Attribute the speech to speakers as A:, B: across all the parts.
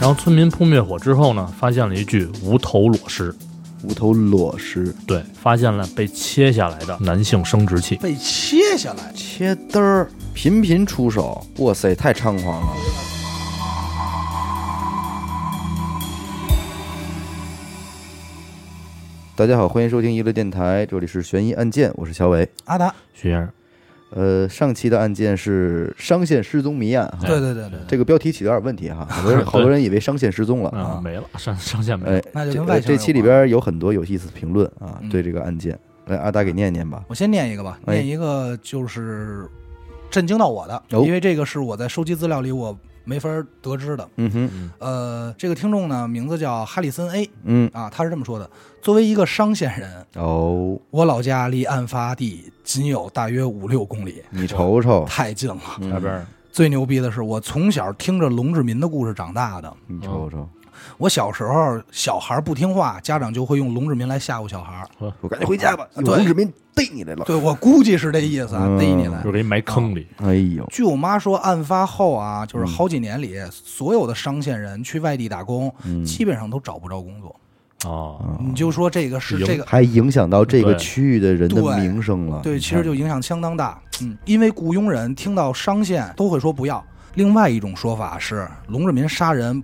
A: 然后村民扑灭火之后呢，发现了一具无头裸尸，
B: 无头裸尸，
A: 对，发现了被切下来的男性生殖器。
C: 被切下来，
B: 切嘚儿，频频出手，哇塞，太猖狂了！大家好，欢迎收听娱乐电台，这里是悬疑案件，我是小伟。
C: 阿达，
A: 徐先生，
B: 呃，上期的案件是商县失踪谜案哈，
C: 对对对对，
B: 这个标题起的有点问题哈，好多人好多人以为商县失踪了。
A: 啊，没了，上 上线没了。
B: 哎，
C: 那就
B: 这
C: 跟外
B: 呃
C: 星人
B: 这
C: 有
B: 期里边有很多有意思的评论啊
C: 嗯，
B: 对这个案件，来阿达给念念吧。
C: 我先念一个吧，
B: 哎
C: 念一个就是震惊到我的，
B: 哦
C: 因为这个是我在收集资料里我没法得知的。
B: 嗯哼，
C: 呃，这个听众呢，名字叫哈里森 A
B: 嗯，
C: 啊，他是这么说的：作为一个商县人，
B: 哦，
C: 我老家离案发地仅有大约五六公里，
B: 你瞅 瞅，
C: 太近了。
B: 嗯
A: 那边
C: 最牛逼的是，我从小听着龙志民的故事长大的。
B: 你
A: 哦
B: 瞅瞅，
C: 我小时候小孩不听话，家长就会用龙志民来吓唬小孩。
B: 我赶紧回家吧，
C: 对
B: 有志民逮你来了。
C: 对我估计是这意思啊，
B: 嗯
C: 逮你来
A: 就。是给你埋坑里，
B: 哎呦，
C: 据我妈说，案发后啊，就是好几年里，所有的商县人去外地打工，基本上都找不着工作。
A: 哦，
C: 你就说这个是
A: 有
C: 这个，
B: 还影响到这个
A: 对
B: 区域的人的
C: 对
B: 名声了。
C: 对，
B: 你
C: 其实
B: 看
C: 就影响相当大。嗯，因为雇佣人听到商县都会说不要。另外一种说法是，龙志民杀人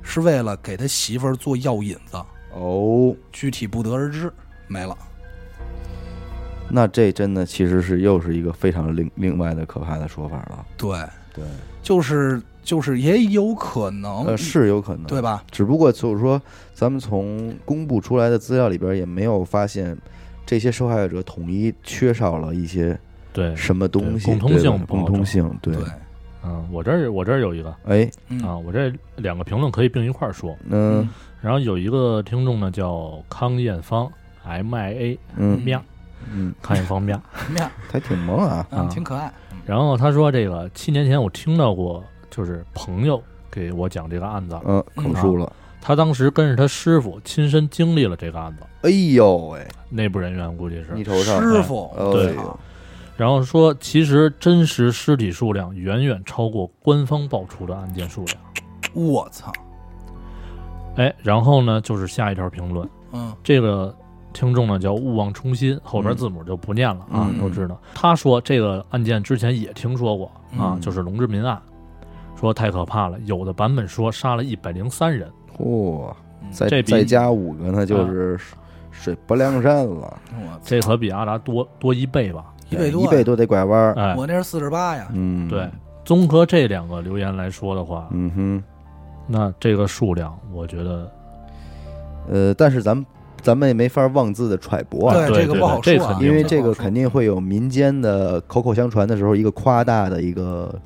C: 是为了给他媳妇儿做药引子，
B: 哦，
C: 具体不得而知。没了，
B: 那这真的其实是又是一个非常另另外的可怕的说法了。
C: 对，
B: 对，
C: 就是就是也有可能，
B: 呃，是有可能，
C: 对吧？
B: 只不过就是说，咱们从公布出来的资料里边也没有发现这些受害者统一缺少了一些
A: 对，
B: 什么东西，
A: 对共通
B: 对吧
A: 性不好
B: 共通性，对
C: 对，
A: 嗯，我这儿我这儿有一个
B: 哎，
C: 嗯，
A: 啊，我这两个评论可以并一块儿说。
B: 嗯
A: 然后有一个听众呢叫康艳芳，M I A
B: 嗯
A: 喵，
B: 嗯，
A: 康艳芳喵。
C: 面
B: 还挺萌啊，
C: 嗯挺可爱，
A: 然后他说这个七年前我听到过，就是朋友给我讲这个案子，
B: 嗯，口
A: 啊
B: 述了，
A: 他当时跟着他师傅亲身经历了这个案子，
B: 哎呦喂，
A: 内部人员估计是
B: 你。瞅瞅，
C: 师傅，
B: 哎
A: 对
B: 呦，
A: 然后说，其实真实尸体数量远远超过官方爆出的案件数量。
C: 我操，
A: 哎，然后呢，就是下一条评论，
C: 嗯，
A: 这个听众呢叫勿忘初心，后边字母就不念了啊，
B: 嗯
A: 都知道。他说这个案件之前也听说过啊，
B: 嗯
A: 就是龙之民案，说太可怕了。有的版本说杀了一百零三人，
B: 嚯，
C: 嗯
B: 再
A: 这比嗯
B: 再加五个那就是水泊梁山了，
C: 我
A: 这可比阿达多多一倍吧？
C: 一倍多
B: 一
C: 呀，
B: 倍多得拐弯儿，
A: 哎，
C: 我那是四十八呀，
B: 嗯，
A: 对，。综合这两个留言来说的话，
B: 嗯哼。
A: 那这个数量，我觉得
B: 呃，但是咱们咱们也没法妄自的揣摩啊，
A: 对对
C: 这个不好
A: 对
C: 说啊，
A: 对
B: 因为
C: 这
B: 这
C: 不好
B: 个
C: 说
B: 肯定会有民间的口口相传的时候一个夸大的一个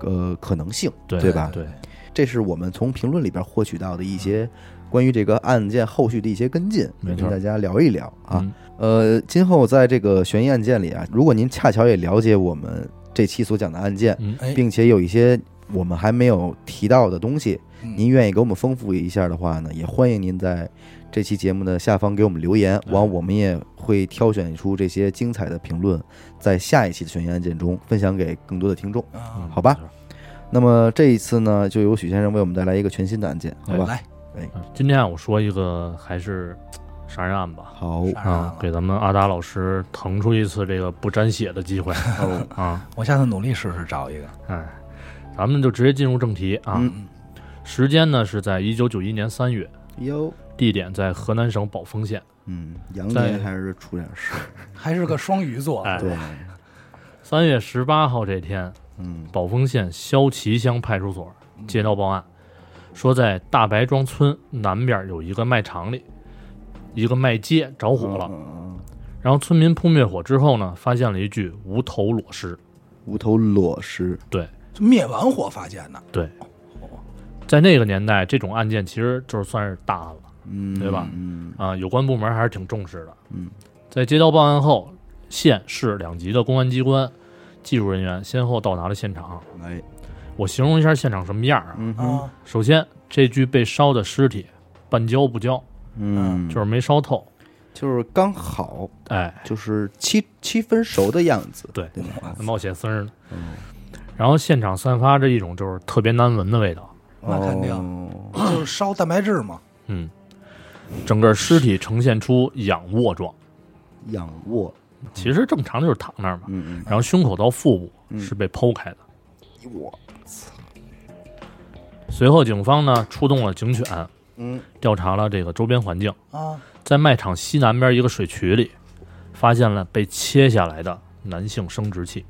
B: 呃可能性，
A: 对
B: 对吧
A: 对，
B: 这是我们从评论里边获取到的一些关于这个案件后续的一些跟进，
A: 没
B: 跟
A: 错
B: 大家聊一聊啊。
A: 嗯
B: 呃，今后在这个悬疑案件里啊，如果您恰巧也了解我们这期所讲的案件，
A: 嗯，
C: 哎，
B: 并且有一些我们还没有提到的东西，
C: 嗯
B: 您愿意给我们丰富一下的话呢，也欢迎您在这期节目的下方给我们留言，
A: 对
B: 完我们也会挑选出这些精彩的评论，在下一期的悬疑案件中分享给更多的听众。
A: 嗯
C: 啊
B: 好吧，那么这一次呢，就由许先生为我们带来一个全新的案件，好
A: 哎
B: 吧？
C: 来
A: 嗯今天啊我说一个还是杀人案吧，
B: 好，
C: 杀人案
A: 啊
C: 了，
A: 给咱们阿达老师腾出一次这个不沾血的机会
B: 哦
A: 啊！
C: 我下次努力试试找一个，
A: 哎，咱们就直接进入正题啊。
B: 嗯
C: 嗯，
A: 时间呢是在一九九一年三月，
B: 哟，
A: 地点在河南省宝丰县。
B: 嗯，羊
A: 在
B: 年还是出点事，
C: 还是个双鱼座，
A: 哎，
B: 哦对，
A: 三月十八号这天，
B: 嗯，
A: 宝丰县肖旗乡派出所接到报案，说在大白庄村南边有一个卖场里，一个卖街着火了。
B: 嗯，
A: 然后村民扑灭火之后呢，发现了一具无头裸尸。
B: 无头裸尸，
A: 对，
C: 就灭完火发现的，
A: 对，在那个年代，这种案件其实就是算是大案了
B: 嗯，
A: 对吧
B: 嗯
A: 啊、有关部门还是挺重视的。
B: 嗯，
A: 在接到报案后，县市两级的公安机关技术人员先后到达了现场。
B: 哎，
A: 我形容一下现场什么样啊？
B: 嗯哼，
C: 啊，
A: 首先，这具被烧的尸体半焦不焦，
B: 嗯，
A: 就是没烧透。
B: 就是刚好
A: 哎，
B: 就是七七分熟的样子，
A: 对
B: 对吧？
A: 冒血丝儿呢。
B: 嗯
A: 然后现场散发着一种就是特别难闻的味道，
C: 那肯定
B: 哦
C: 就是烧蛋白质嘛。
A: 嗯，整个尸体呈现出仰卧状，
B: 仰卧，
A: 其实正常就是躺那儿嘛。
B: 嗯
A: 然后胸口到腹部
B: 嗯
A: 是被剖开的。
B: 嗯，我，
A: 随后，警方呢出动了警犬，
B: 嗯
A: 调查了这个周边环境，
C: 啊，
A: 在卖场西南边一个水渠里，发现了被切下来的男性生殖器，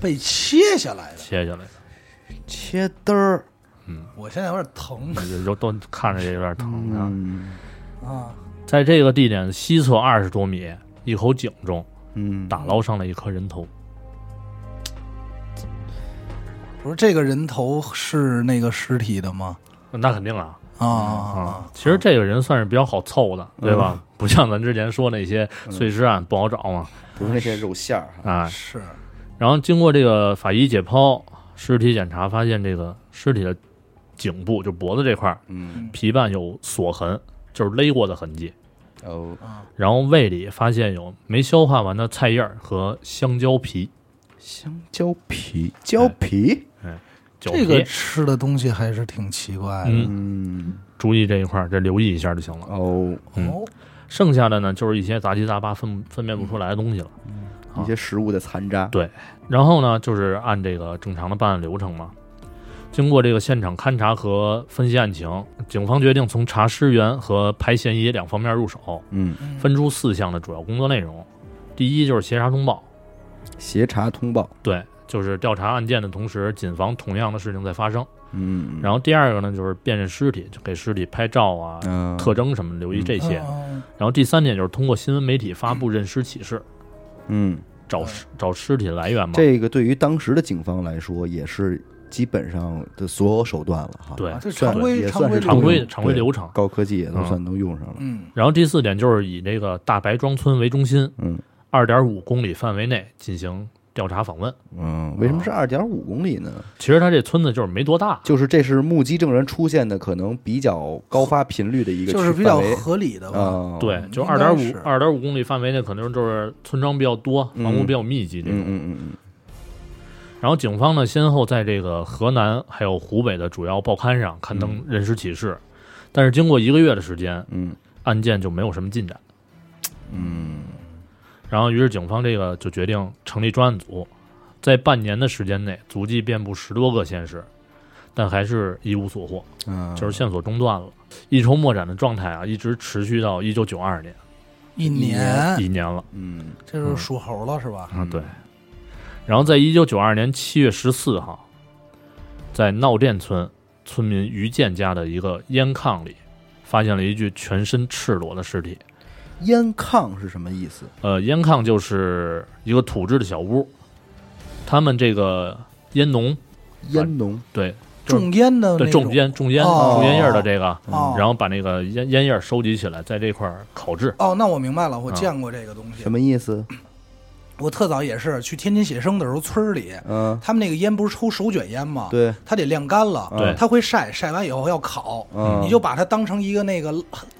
C: 被切下来的，
A: 切下来的，
B: 切嘚儿，
C: 我现在有点疼
A: 也就都看着也有点疼啊。
B: 嗯
C: 啊。
A: 在这个地点西侧二十多米，一口井中
B: 嗯，
A: 打捞上了一颗人头，
C: 不是这个人头是那个尸体的吗？
B: 嗯
A: 那肯定啊。
C: 啊
A: 啊
C: 啊，，
A: 其实这个人算是比较好凑的，对吧？
C: 嗯
A: 不像咱之前说那些碎尸案不好找嘛，
B: 不是那些肉馅儿哈，
A: 啊。
C: 是
A: 然后经过这个法医解剖、尸体检查，发现这个尸体的颈部，就脖子这块儿
B: 嗯
A: 皮瓣有锁痕，就是勒过的痕迹。
B: 哦，
A: 然后胃里发现有没消化完的菜叶儿和香蕉皮、
B: 香蕉皮，
A: 脚
B: 蕉皮，
A: 皮。
C: 这个吃的东西还是挺奇怪的。
A: 嗯，
B: 嗯，
A: 注意这一块儿，这留意一下就行了。
B: 哦，
A: 嗯
C: 哦，
A: 剩下的呢，就是一些杂七杂八分分辨不出来的东西了。
B: 哦一些食物的残渣，
A: 然后呢，就是按这个正常的办案流程嘛。经过这个现场勘查和分析案情，警方决定从查尸源和排嫌疑两方面入手，
B: 嗯，
C: 嗯
A: 分出四项的主要工作内容。第一就是协查通报，
B: 协查通报，
A: 对，就是调查案件的同时，谨防同样的事情在发生。
B: 嗯，
A: 然后第二个呢，就是辨认尸体，就给尸体拍照啊、
B: 嗯，
A: 特征什么的，留意这些。
C: 哦
A: 然后第三点就是通过新闻媒体发布认尸启事，
B: 嗯，
A: 找尸找尸体来源嘛。
B: 这个对于当时的警方来说也是基本上的所有手段了哈，
A: 对
C: 啊，这
B: 算
C: 常规
B: 也
C: 常
B: 算是
C: 规
A: 常规
B: 对
A: 常规流程。
B: 高科技也都算都用上了，
C: 嗯
A: 然后第四点就是以这个大白庄村为中心，
B: 嗯
A: 二点五公里范围内进行调查访问。
B: 嗯，为什么是二点五公里呢？
A: 其实他这村子就是没多大，
B: 就是这是目击证人出现的可能比较高发频率的一个
C: 就是
B: 区
C: 比较
B: 范围
C: 合理的吧。
B: 啊，
A: 对，就
C: 应
A: 二
C: 该
A: 点
C: 是
A: 五二点五公里范围内，可能就是村庄比较多，
B: 嗯
A: 房屋比较密集这
B: 嗯
A: 种。
B: 嗯嗯
A: 然后警方呢，先后在这个河南还有湖北的主要报刊上刊登认尸启事，但是经过一个月的时间，
B: 嗯
A: 案件就没有什么进展。
B: 嗯
A: 然后，于是警方这个就决定成立专案组，在半年的时间内，足迹遍布十多个县市，但还是一无所获。
B: 嗯啊，
A: 就是线索中断了，一筹莫展的状态啊，一直持续到一九九二年，
C: 一
B: 年
C: 年，
A: 一年了
B: 嗯
C: 这就是属猴了是吧？
A: 啊，对。然后在一九九二年七月十四号，在闹店村村民于建家的一个烟炕里，发现了一具全身赤裸的尸体。
B: 烟炕是什么意思？
A: 呃，烟炕就是一个土制的小屋，他们这个烟农
B: 烟农
A: 对就是
C: 种烟的
A: 对
C: 那
A: 种
C: 种
A: 烟种烟
C: 哦
A: 种烟叶儿的这个，
C: 哦
A: 然后把那个烟烟叶儿收集起来，在这块儿烤制。
C: 哦，那我明白了，我
A: 啊
C: 见过这个东西
B: 什。么意思？
C: 我特早也是去天津写生的时候，村儿里
B: 嗯，
C: 他们那个烟不是抽手卷烟吗？，
B: 对，
C: 它得晾干了，
A: 对
C: 它会晒，晒完以后要烤。
B: 嗯，
C: 你就把它当成一个那个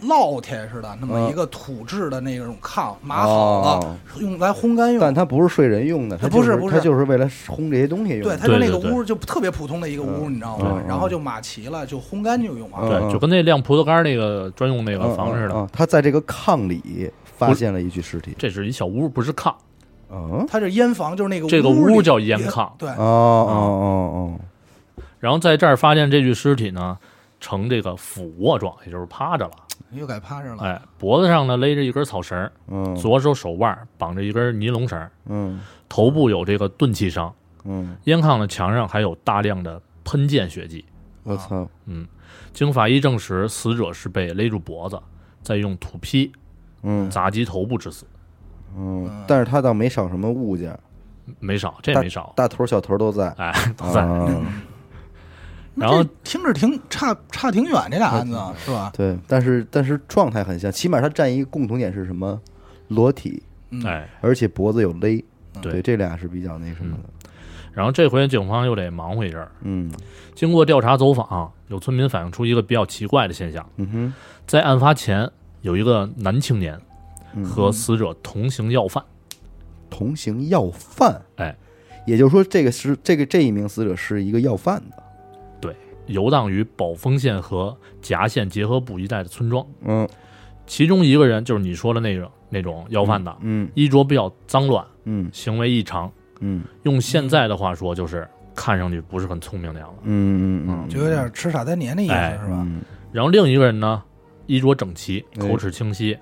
C: 烙铁似的，那么
B: 嗯
C: 一个土制的那种炕，码好了
B: 哦，
C: 用来烘干
B: 但
C: 用。
B: 它不是睡人用的，它
C: 它不
B: 就是
C: 不是
B: 它就是为了烘这些东西用
C: 对，
B: 的。
C: 它就
A: 对
C: 那个
A: 对对
C: 屋就特别普通的一个屋，你知道吗
B: 嗯？
C: 然后就码齐了，就烘干就用
B: 嗯
C: 啊。
A: 对，就跟那晾葡萄干儿那个专用那个房似的。
B: 啊，他在这个炕里发现了一具尸体。
A: 这是一小屋，不是炕。
B: 嗯，
C: 它这烟房就是那个
A: 这个
C: 屋
A: 屋
C: 里
A: 叫烟炕
C: 对
B: 哦，哦哦
A: 然后在这儿发现这具尸体呢，呈这个俯卧状，也就是趴着了。
C: 又改趴着了。
A: 哎，脖子上呢勒着一根草绳儿，
B: 哦，嗯，
A: 左手手腕绑着一根尼龙绳儿，
B: 嗯
A: 头部有这个钝器伤。
B: 嗯，
C: 啊
A: 烟炕的墙上还有大量的喷溅血迹。
B: 我操，
A: 嗯，经法医证实，死者是被勒住脖子，再用土坯
B: 嗯
A: 砸击头部致死。
C: 啊
B: 嗯，但是他倒没少什么物件，
A: 没少，这
B: 大
A: 没少。
B: 大头小头都在，
A: 哎，都 在。
B: 啊
C: 那
A: 然后哎
C: 这听着挺差差挺远，这俩案子是吧？
B: 对，但是但是状态很像，起码他占一个共同点是什么？裸体，
C: 嗯
A: 哎，
B: 而且脖子有勒，
A: 对
B: 对，这俩是比较那什么的，
A: 然后这回警方又得忙活一阵儿。
B: 嗯
A: 经过调查走访，啊有村民反映出一个比较奇怪的现象：
B: 嗯哼，
A: 在案发前，有一个男青年
B: 嗯
A: 和死者同行要饭。
B: 同行要饭，
A: 哎，
B: 也就是说，这个是这个这一名死者是一个要饭的，
A: 对，游荡于宝丰县和夹县结合部一带的村庄，
B: 嗯
A: 其中一个人就是你说的那个那种要饭的，
B: 嗯
A: 衣着比较脏乱，
B: 嗯
A: 行为异常，
B: 嗯
A: 用现在的话说就是看上去不是很聪明的样子。
B: 嗯嗯，
C: 就有点吃傻三年的意思，
A: 哎
C: 是吧？
B: 嗯
A: 然后另一个人呢，衣着整齐，
B: 哎
A: 口齿清晰。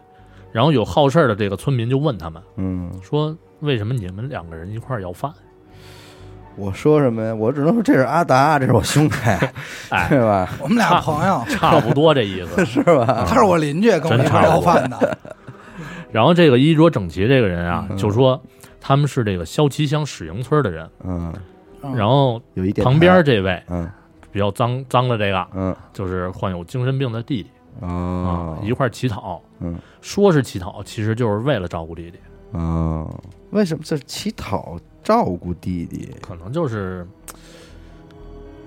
A: 然后有好事儿的这个村民就问他们
B: 嗯，
A: 说：“为什么你们两个人一块儿要饭
B: 我说什么呀？我只能说这是阿达，这是我兄弟，
A: 哎
B: 对吧？
C: 我们俩朋友？”，
A: 差不多这意思。
B: 是吧？
C: 他是我邻居，跟我一块儿要饭的。
A: 然后这个衣着整齐这个人啊，
B: 嗯
A: 就说他们是这个肖旗乡史营村的人。
B: 嗯，
C: 嗯
A: 然后
B: 有一点
A: 旁边，这位
B: 嗯
A: 比较脏脏的这个，
B: 嗯
A: 就是患有精神病的弟弟啊
B: 哦，，
A: 一块儿乞讨。
B: 嗯，
A: 说是乞讨，其实就是为了照顾弟弟，
B: 哦，为什么这乞讨照顾弟弟
A: 可能就是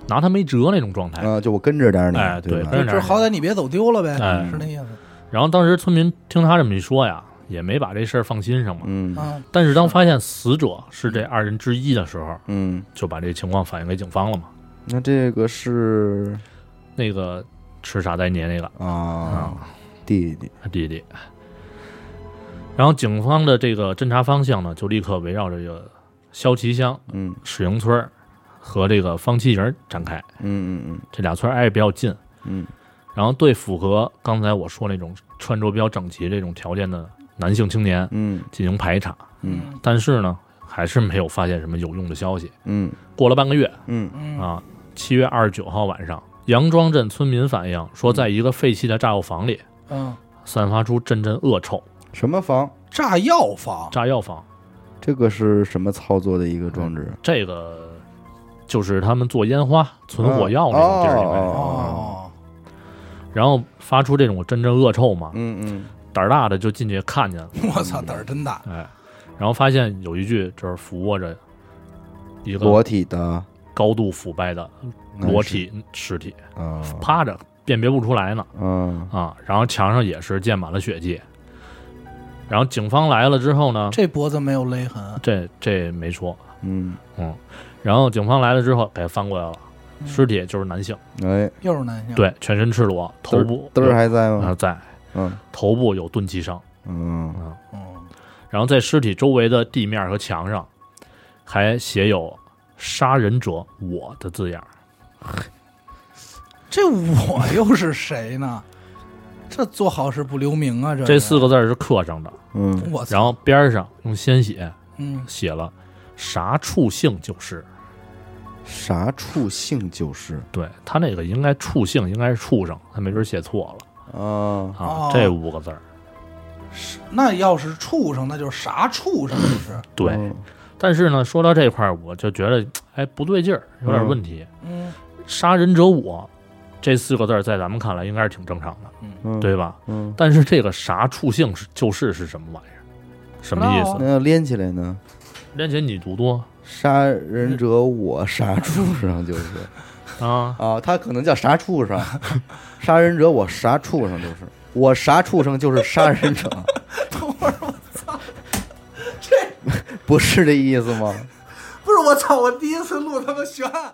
A: 拿他没辙那种状态。
B: 啊？就我跟着点儿你
A: 哎，
B: 对吧？
A: 跟着点
C: 就是好歹你别走丢了呗，
A: 哎
C: 是那意思。
A: 然后当时村民听他这么一说呀，也没把这事儿放心上嘛。
B: 嗯
C: 啊，
A: 但是当发现死者是这二人之一的时候，
B: 嗯，
A: 就把这情况反映给警方了嘛。
B: 那这个是
A: 那个吃傻呆年那个
B: 啊，弟弟，
A: 弟弟，然后警方的这个侦查方向呢，就立刻围绕着这个肖旗乡
B: 嗯
A: 史营村儿和这个方七营展开。
B: 嗯嗯
A: 这俩村儿挨得比较近，
B: 嗯
A: 然后对符合刚才我说那种穿着比较整齐这种条件的男性青年
B: 嗯
A: 进行排查。
B: 嗯
A: 但是呢，还是没有发现什么有用的消息。
B: 嗯
A: 过了半个月
B: 嗯
C: 嗯
A: 啊，七月二十九号晚上，杨庄镇村民反映说，在一个废弃的炸药房里
C: 嗯，
A: 散发出阵阵恶臭，
B: 什么房？
C: 炸药房
A: 炸药房
B: 这个是什么操作的一个装置？
A: 这个就是他们做烟花、存火药那种地儿里
B: 啊
A: 面，
C: 哦，
A: 然后发出这种阵阵恶臭嘛，
B: 嗯嗯
A: 胆儿大的就进去看见了，
C: 我操，胆儿真大。
A: 哎，然后发现有一具就是俯卧着一
B: 裸
A: 个
B: 体的
A: 高度腐败的裸体尸体，
B: 啊
A: 趴着辨别不出来呢。
B: 啊
A: 啊，然后墙上也是溅满了血迹。然后警方来了之后呢，
C: 这脖子没有勒痕，
A: 这这没说，
B: 嗯，
A: 嗯。然后警方来了之后，给翻过来了，
C: 嗯
A: 尸体就是男性，
B: 哎，
C: 又是男性。，
A: 对，全身赤裸，头部
B: 嘚儿还在
A: 啊
B: 吗？
A: 在，
B: 嗯
A: 头部有钝器伤，
B: 嗯
C: 嗯，
A: 然后在尸体周围的地面和墙上还写有“杀人者我”的字样。
C: 这我又是谁呢？这做好事不留名啊！这
A: 这
C: 这
A: 四，个字儿是刻上的，
B: 嗯
C: 我操，
A: 然后边儿上用鲜血
C: 嗯，
A: 写了“啥畜性就是
B: 啥畜性就是”，
A: 对他那个应该畜性应该是畜生，他没准写错了。
B: 啊，
A: 啊
C: 哦，
A: 这五个字儿。
C: 那要是畜生，那就是啥畜生就是，
A: 对，
B: 嗯
A: 但是呢，说到这块儿，我就觉得，哎，不对劲儿，有点问题。
C: 嗯
A: 杀人者我，这四个字儿在咱们看来应该是挺正常的，
B: 嗯
A: 对吧？
B: 嗯，
A: 但是这个啥畜性是就是是什么玩意儿？什么意
C: 不知
A: 思
B: 那？要连起来呢？
A: 连姐，你读多
B: 杀人者我杀畜生 就是
A: 啊？
B: 啊，他可能叫啥 畜生，杀人者我啥畜生就是我啥畜生就是杀 人者，不是这意思吗？
C: 不是我操！我第一次录他妈悬案，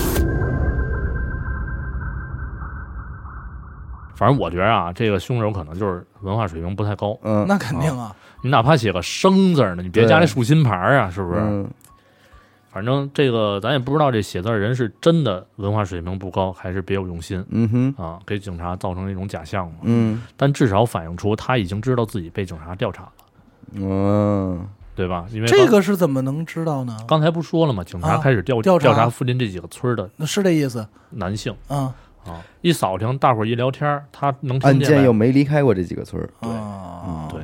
A: 反正我觉得啊，这个凶手可能就是文化水平不太高。
B: 嗯，
C: 那肯定啊，
A: 你哪怕写个生字儿呢，你别
B: 对
A: 加那竖心牌儿啊，是不是？
B: 嗯
A: 反正这个咱也不知道，这写字儿人是真的文化水平不高，还是别有用心
B: 嗯哼
A: 啊，给警察造成一种假象嘛。
B: 嗯
A: 但至少反映出他已经知道自己被警察调查了，
B: 嗯
A: 对吧？因为
C: 这
A: 刚
C: 个是怎么能知道呢？
A: 刚才不说了吗？警察
C: 啊
A: 开始调、
C: 调查
A: 查附近这几个村儿的
C: 那是这意思，
A: 男性
C: 嗯
A: 啊，一扫听，大伙儿一聊天儿，他能听
B: 啊案
A: 见嗯
B: 件
A: 呗
C: 哦
B: 又没离开过这几个村儿，
C: 啊，
A: 对。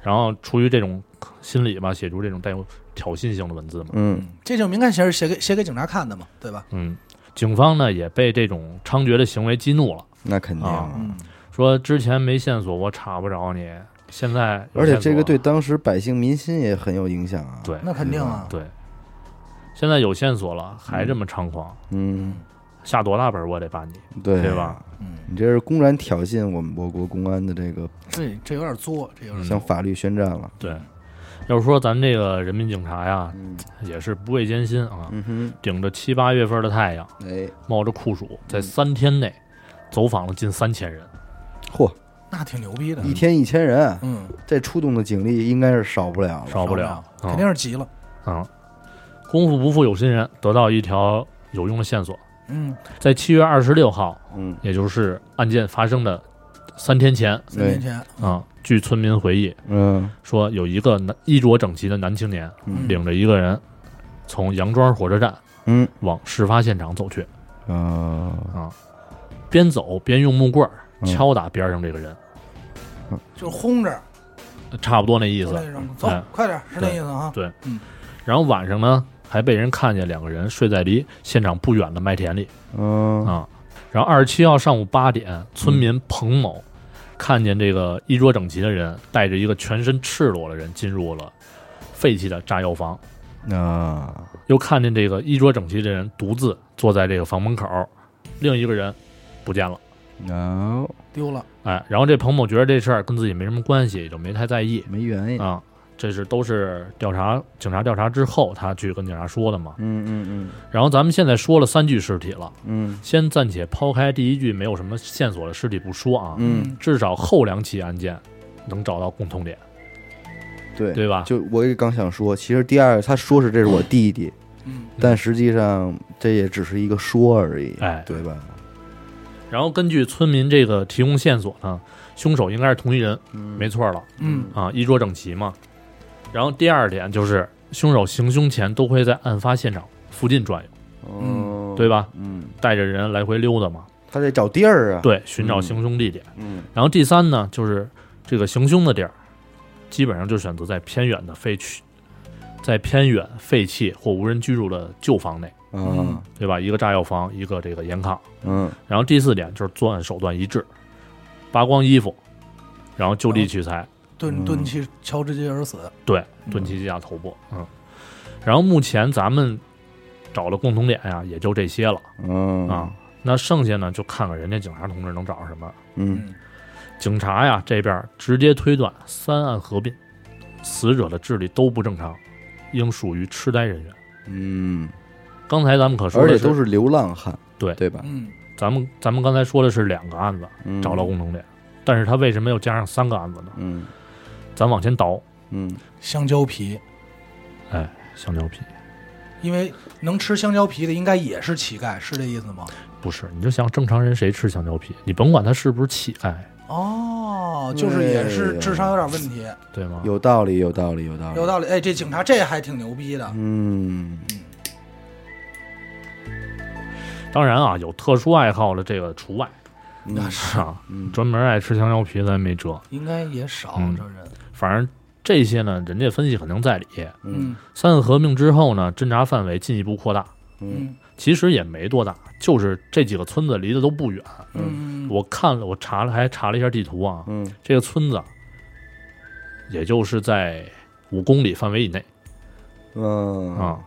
A: 然后出于这种心理吧，写出这种带有挑衅性的文字嘛。
B: 嗯，
C: 这就明显是写给写给警察看的嘛，对吧？
A: 嗯，警方呢也被这种猖獗的行为激怒了，
B: 那肯定。
A: 啊
C: 嗯，
A: 说之前没线索，我查不着你，现在有
B: 而且
A: 线索
B: 这个
A: 了
B: 对当时百姓民心也很有影响啊。，
A: 对
C: 那肯定啊，
A: 对，现在有线索了，还这么猖狂，
B: 嗯，
A: 下多大本儿我得把你。
B: 对
A: 对吧？
C: 嗯，
B: 你这是公然挑衅我们我国公安的这个
C: 这这有点作，
A: 嗯
C: 这有点
B: 向
C: 作
B: 法律宣战了。
A: 对，要是说咱这个人民警察呀，
C: 嗯
A: 也是不畏艰辛啊，
B: 嗯哼，
A: 顶着七八月份的太阳，
B: 哎，
A: 冒着酷暑，在三天内走访了近三千人。
B: 嚯，
C: 那挺牛逼的。
B: 一天一千人，
C: 嗯，
B: 这出动的警力应该是少不了哦了。
A: 少不了嗯
C: 肯定是急了。
A: 啊、功夫不负有心人，得到一条有用的线索，
C: 嗯，
A: 在七月二十六号，
B: 嗯，
A: 也就是案件发生的三天前啊、
C: 三年前，
A: 据村民回忆
B: 嗯
A: 说，有一个男衣着整齐的男青年
B: 嗯
A: 领着一个人从杨庄火车站
B: 嗯
A: 往事发现场走去，
B: 啊，
A: 边走边用木棍儿
B: 嗯
A: 敲打边上这个人，
C: 就是轰着，
A: 差不多那意
C: 就
A: 思。
C: 那种，走
A: 哎，
C: 快点，是那意思啊。
A: 然后晚上呢，还被人看见两个人睡在离现场不远的麦田里
B: 嗯
A: 啊。然后二十七号上午八点，村民彭某看见这个衣着整齐的人带着一个全身赤裸的人进入了废弃的炸药房，
B: 啊，
A: 又看见这个衣着整齐的人独自坐在这个房门口，另一个人不见了。
B: no，
C: 丢了，
A: 哎，然后这彭某觉得这事儿跟自己没什么关系，也就没太在意
B: 没原因。
A: 啊。这是都是调查警察调查之后，他去跟警察说的嘛。
B: 嗯嗯
A: 然后咱们现在说了三具尸体了，
B: 嗯
A: 先暂且抛开第一具没有什么线索的尸体不说啊，
B: 嗯，
A: 至少后两起案件能找到共同点，
B: 嗯，对
A: 对吧？
B: 就我也刚想说，其实第二他说是这是我弟弟，
C: 嗯，
B: 但实际上这也只是一个说而已，
A: 哎
B: 对吧？
A: 然后根据村民这个提供线索呢，凶手应该是同一人，没错了
C: 嗯
A: 啊，衣着整齐嘛。然后第二点就是凶手行凶前都会在案发现场附近转悠，
B: 嗯
A: 对，吧？
B: 嗯，
A: 带着人来回溜达嘛，
B: 他得找地儿啊。，
A: 对，寻找
B: 嗯
A: 行凶地点。
B: 嗯
A: 然后第三呢，就是这个行凶的地儿，基本上就选择在偏远的废区，在偏远废弃或无人居住的旧房内，
B: 啊
A: 对吧？一个炸药房，一个这个盐炕。
B: 嗯
A: 然后第四点就是作案手段一致，扒光衣服，然后就
B: 啊
A: 地取材，
C: 钝钝器敲直接而死。
A: 对，钝器击打头部，嗯。然后目前咱们找的共同点呀，也就这些了
B: 嗯
A: 啊。那剩下呢，就看看人家警察同志能找着什么。
B: 嗯
C: 嗯，
A: 警察呀这边直接推断三案合并，死者的智力都不正常，应属于痴呆人员。
B: 嗯，
A: 刚才咱们可说
B: 而
A: 的
B: 且
A: 是，
B: 都是流浪汉，
A: 对
B: 对吧？
C: 嗯，
A: 咱们咱们刚才说的是两个案子
B: 嗯
A: 找到共同点，但是他为什么又加上三个案子呢？
B: 嗯
A: 咱往前倒，
B: 嗯
A: 啊
C: 香蕉皮，
A: 哎，香蕉皮
C: 因为能吃香蕉皮的应该也是乞丐，是这意思吗？
A: 不是，你就想正常人谁吃香蕉皮？你甭管他是不是哎乞丐，
C: 哦，就是也
B: 哎
C: 是
B: 呦
C: 智商有点问题，
A: 对吗？
B: 有道理，有道理，有道理，
C: 有道理。哎，这警察这还挺牛逼的。
B: 嗯
A: 当然啊，有特殊爱好的这个除外
B: 那是
A: 啊，
B: 嗯
A: 专门爱吃香蕉皮咱没辙。
C: 应该也少
A: 嗯
C: 这人，
A: 反正这些呢，人家分析肯定在理。
B: 嗯
C: 嗯
A: 三案合并之后呢，侦查范围进一步扩大，
C: 嗯
A: 其实也没多大，就是这几个村子离得都不远。
C: 嗯，
A: 我看了，我查了，还查了一下地图啊，
B: 嗯
A: 这个村子也就是在五公里范围以内
B: 嗯
A: 啊。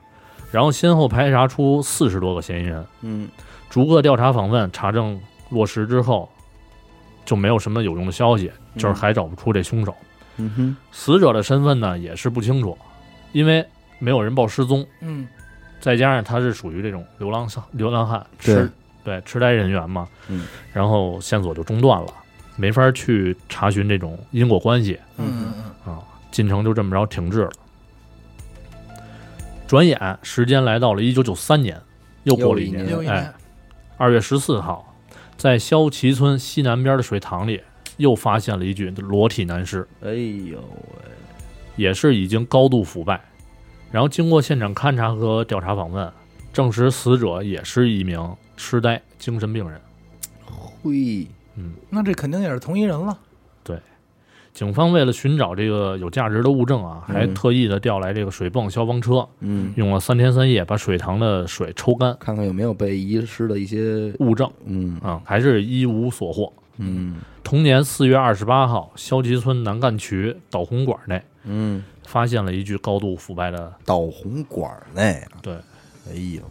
A: 然后先后排查出四十多个嫌疑人，
B: 嗯
A: 逐个调查访问查证落实之后，就没有什么有用的消息，就是还找不出这凶手。
B: 嗯哼
A: 死者的身份呢也是不清楚，因为没有人报失踪。
C: 嗯
A: 再加上他是属于这种流浪流浪汉，
B: 对
A: 痴对痴呆人员嘛，
B: 嗯，
A: 然后线索就中断了，没法去查询这种因果关系
C: 嗯嗯
A: 啊，进程就这么着停滞了。转眼时间来到了一九九三年，又过了一
B: 又
C: 嗯，
B: 一
C: 六一
A: 哎
C: 年，，
A: 二月十四号，在肖旗村西南边的水塘里，又发现了一具裸体男尸，
B: 哎呦
A: 也是已经高度腐败。然后经过现场勘查和调查访问，证实死者也是一名痴呆精神病人。
B: 喂，
A: 嗯，
C: 那这肯定也是同一人了。
A: 警方为了寻找这个有价值的物证啊，
B: 嗯
A: 还特意的调来这个水泵消防车，
B: 嗯，
A: 用了三天三夜把水塘的水抽干，
B: 看看有没有被遗失的一些，
A: 物证
B: 嗯
A: 啊、还是一无所获。
B: 嗯
A: 同年四月二十八号，肖集村南干渠导红管内
B: 嗯，
A: 发现了一具高度腐败的
B: 导红管儿内啊，
A: 对
B: 哎呦，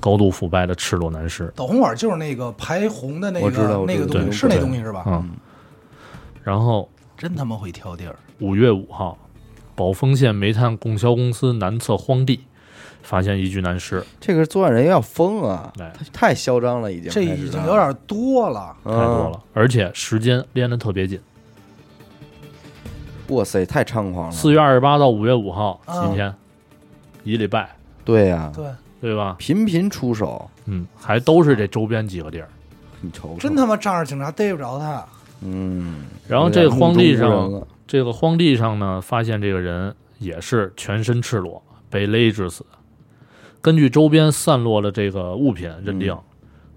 A: 高度腐败的赤裸男尸，
C: 导红管就是那个排红的那
B: 我知道
C: 个
B: 我知道
C: 那个东西，
B: 对
C: 是那东西是吧？
A: 嗯。然后
C: 真他妈会挑地儿。
A: 五月五号，宝丰县煤炭供销公司南侧荒地发现一具男尸，
B: 这个作案人要疯啊，
A: 哎
B: 他太嚣张了，已经
C: 这
B: 开始
C: 已经
B: 啊
C: 有点多了。
A: 太多。了，而且时间连得特别紧，
B: 嗯哇塞，太猖狂了！
A: 四月二十八到五月五号
C: 啊
A: 几天，一礼拜，
B: 对呀，
C: 对，
A: 对吧？
B: 频频出手，
A: 嗯，还都是这周边几个地儿。
B: 你瞅瞅，
C: 真他妈仗着警察逮不着他，
B: 嗯。
A: 然后这个荒地
B: 有点目中
A: 上
B: 无人，了
A: 这个荒地上呢，发现这个人也是全身赤裸，被勒致死。根据周边散落的这个物品认定，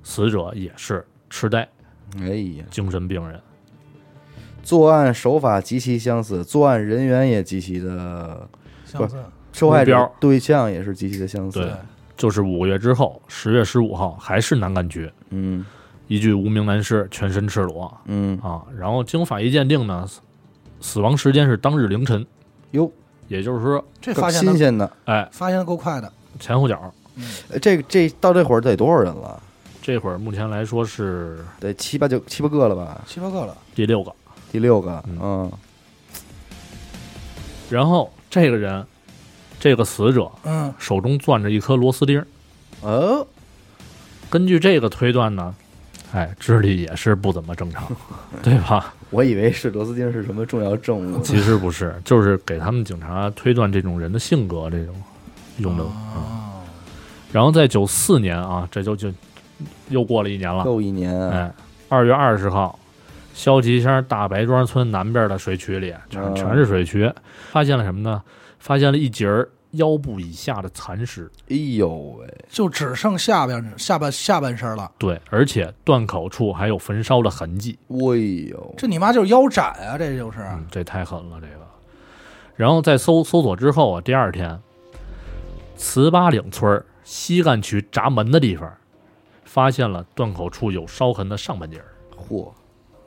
A: 死者也是痴呆、
B: 哎呀，
A: 精神病人。
B: 作案手法极其相似，作案人员也极其的，
C: 相似。
B: 受害
A: 目
B: 者
A: 标
B: 对象也是极其的相似。
A: 对，就是五个月之后，十月十五号，还是南干区，
B: 嗯
A: 一具无名男尸，全身赤裸
B: 嗯，
A: 啊。然后经法医鉴定呢，死死亡时间是当日凌晨，
B: 哟，
A: 也就是说，
C: 这
B: 更
C: 发现
B: 新
C: 的
B: 鲜的，
A: 哎，
C: 发现的够快的，
A: 前后脚。
B: 呃这个这到这会儿得多少人了？
A: 这会儿目前来说是
B: 得七八九七八个了吧？
C: 七八个了。
A: 第六个。
B: 第六个，
A: 嗯
B: 嗯
A: 然后这个人，这个死者
C: 嗯，
A: 手中攥着一颗螺丝钉儿。
B: 哦，
A: 根据这个推断呢，哎，智力也是不怎么正常，对吧？
B: 我以为是螺丝钉是什么重要证 物，
A: 其实不是，就是给他们警察推断这种人的性格这种用的。嗯、然后在九四年啊，这就就又过了一年了，
B: 够一年啊，
A: 哎，二月二十号。肖吉乡大白庄村南边的水渠里，全
B: 嗯
A: 全是水渠，发现了什么呢？发现了一截儿腰部以下的残尸，
B: 哎呦喂，
C: 就只剩下边下半下半身了。
A: 对，而且断口处还有焚烧的痕迹，
B: 哎呦，
C: 这你妈就是腰斩啊！这就是
A: 嗯，这太狠了，这个。然后在搜搜索之后啊，第二天，糍粑岭村儿西干区闸门的地方，发现了断口处有烧痕的上半截儿，
B: 嚯，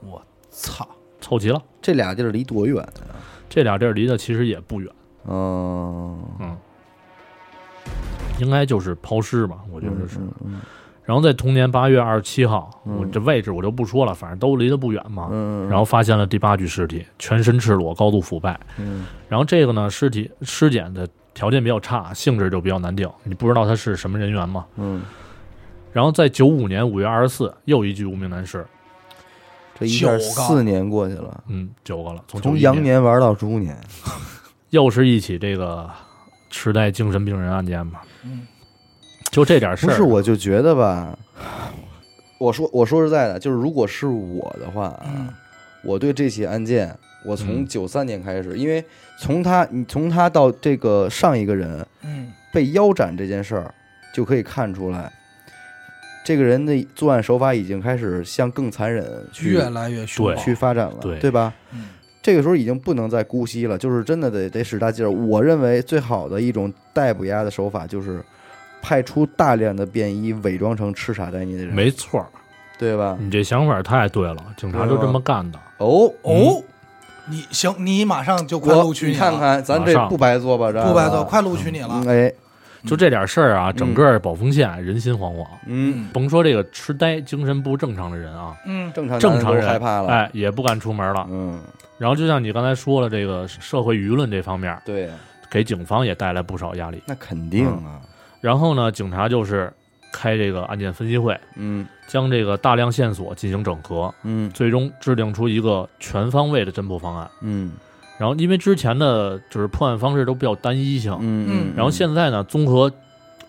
C: 我操！
A: 凑齐了。
B: 这俩地儿离多远啊？
A: 这俩地儿离得其实也不远，
B: 嗯，
A: 嗯，应该就是抛尸吧，我觉得是。
B: 嗯嗯
A: 然后在同年八月二十七号，我这位置我就不说了，反正都离得不远嘛。
B: 嗯，
A: 啊然后发现了第八具尸体，全身赤裸，高度腐败。
B: 嗯，
A: 然后这个呢，尸体尸检的条件比较差，性质就比较难定，你不知道他是什么人员嘛。
B: 嗯，
A: 然后在九五年五月二十四，又一具无名男尸，
B: 这一下
C: 九个
B: 四年过去了，
A: 嗯，九个了，从
B: 从
A: 91
B: 羊年玩到猪年，
A: 又是一起这个痴呆精神病人案件嘛。
C: 嗯，
A: 就这点事
B: 不
A: 儿，
B: 是，我就觉得吧， 我说我说实在的，就是如果是我的话，
C: 嗯，
B: 我对这起案件，我从
A: 嗯
B: 九三年开始，因为从他你从他到这个上一个人
C: 嗯，
B: 被腰斩这件事儿，就可以看出来，这个人的作案手法已经开始向更残忍去
C: 越来越凶
A: 对
C: 猛。
B: 去发展了，
A: 对
B: 吧？
C: 嗯
B: 这个时候已经不能再姑息了，就是真的得得使大劲儿。我认为最好的一种逮捕鸭的手法就是派出大量的便衣，伪装成痴傻呆腻的人，
A: 没嗯错儿，
B: 对吧？
A: 你这想法太对了，警察就这么干的。
B: 哦，
C: 哦，你行，你马上就快
B: 我
C: 录取
B: 你
C: 了
B: 看，啊看，咱
A: 马
B: 这
A: 上
B: 不白做吧？这
C: 不白做，快录取你
B: 你
C: 了。
B: 哎，
A: 就这点事儿啊，整个宝丰县人心惶惶。
B: 嗯，
A: 甭说这个痴呆、精神不正常的人啊，
C: 嗯，
B: 正常
A: 正
B: 男
A: 常
B: 人
A: 人
B: 都害怕了，
A: 哎，也不敢出门了。
B: 嗯，
A: 然后就像你刚才说了，这个社会舆论这方面，
B: 对，啊
A: 给警方也带来不少压力。
B: 那肯定啊，
A: 然后呢，警察就是开这个案件分析会，
B: 嗯
A: 将这个大量线索进行整合，
B: 嗯
A: 最终制定出一个全方位的侦破方案。
B: 嗯
A: 然后，因为之前的就是破案方式都比较单一性，
B: 嗯，
A: 然后现在呢，综合